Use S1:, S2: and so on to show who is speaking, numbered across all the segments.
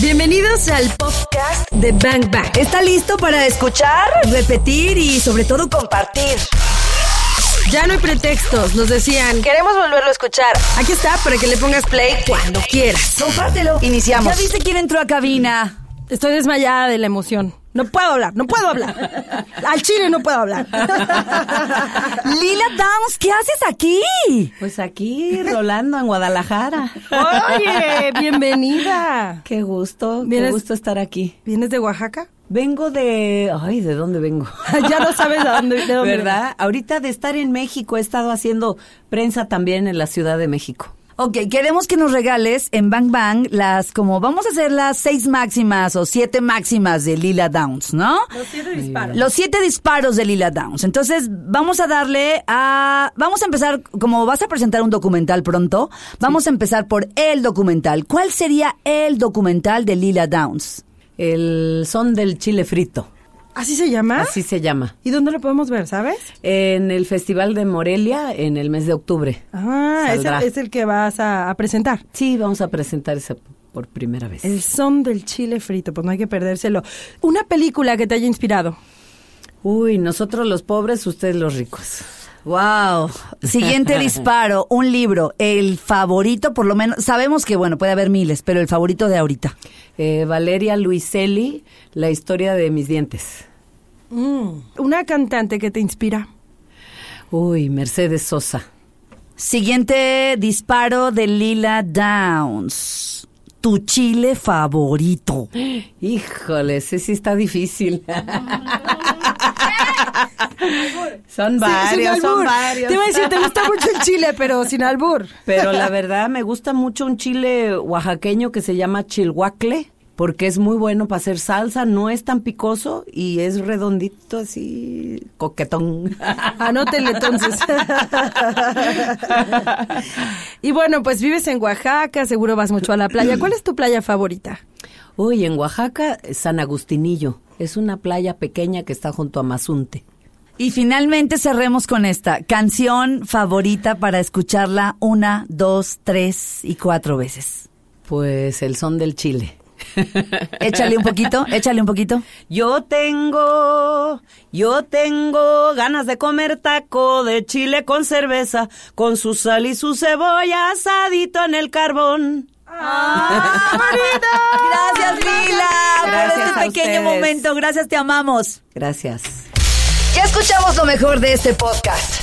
S1: Bienvenidos al podcast de Bang Bang. ¿Está listo para escuchar, repetir y sobre todo compartir? Ya no hay pretextos, nos decían. Queremos volverlo a escuchar. Aquí está para que le pongas play cuando quieras. Compártelo. Iniciamos.
S2: ¿Ya viste quién entró a cabina?
S3: Estoy desmayada de la emoción. No puedo hablar, no puedo hablar. Al chile no puedo hablar.
S2: Lila Downs, ¿qué haces aquí?
S4: Pues aquí, Rolando, en Guadalajara.
S3: Oye, bienvenida.
S4: Qué gusto, qué
S3: Vienes-
S4: gusto estar aquí.
S3: ¿Vienes de Oaxaca?
S4: Vengo de... Ay, ¿de dónde vengo?
S3: ya no sabes a dónde, de dónde
S4: ¿Verdad? Ahorita de estar en México he estado haciendo prensa también en la Ciudad de México.
S2: Ok, queremos que nos regales en Bang Bang las, como vamos a hacer las seis máximas o siete máximas de Lila Downs, ¿no?
S3: Los siete disparos.
S2: Los siete disparos de Lila Downs. Entonces, vamos a darle a. Vamos a empezar, como vas a presentar un documental pronto, vamos a empezar por el documental. ¿Cuál sería el documental de Lila Downs?
S4: El son del chile frito,
S3: ¿Así se llama?
S4: así se llama.
S3: ¿Y dónde lo podemos ver, sabes?
S4: En el Festival de Morelia en el mes de octubre.
S3: Ah, es el,
S4: Saldrá.
S3: es el que vas a, a presentar.
S4: Sí, vamos a presentar esa por primera vez.
S3: El son del chile frito, pues no hay que perdérselo. Una película que te haya inspirado.
S4: Uy, nosotros los pobres, ustedes los ricos.
S2: Wow. Siguiente disparo, un libro, el favorito, por lo menos, sabemos que bueno, puede haber miles, pero el favorito de ahorita.
S4: Eh, Valeria Luiselli, La historia de mis dientes. Mm.
S3: Una cantante que te inspira.
S4: Uy, Mercedes Sosa.
S2: Siguiente disparo de Lila Downs. Tu chile favorito.
S4: Híjole, ese sí está difícil. son varios, son varios.
S3: Te iba a decir, te gusta mucho el chile, pero sin albur.
S4: Pero la verdad me gusta mucho un chile oaxaqueño que se llama chilhuacle, porque es muy bueno para hacer salsa, no es tan picoso y es redondito así, coquetón.
S3: Anótenle entonces. y bueno, pues vives en Oaxaca, seguro vas mucho a la playa. ¿Cuál es tu playa favorita?
S4: Uy, en Oaxaca, San Agustinillo. Es una playa pequeña que está junto a Mazunte.
S2: Y finalmente cerremos con esta canción favorita para escucharla una, dos, tres y cuatro veces.
S4: Pues el son del chile.
S2: Échale un poquito, échale un poquito.
S4: Yo tengo, yo tengo ganas de comer taco de chile con cerveza, con su sal y su cebolla asadito en el carbón.
S2: Gracias, Lila, por
S4: Gracias
S2: este
S4: a
S2: pequeño
S4: ustedes.
S2: momento. Gracias, te amamos.
S4: Gracias.
S1: Ya escuchamos lo mejor de este podcast.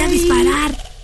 S2: a disparar.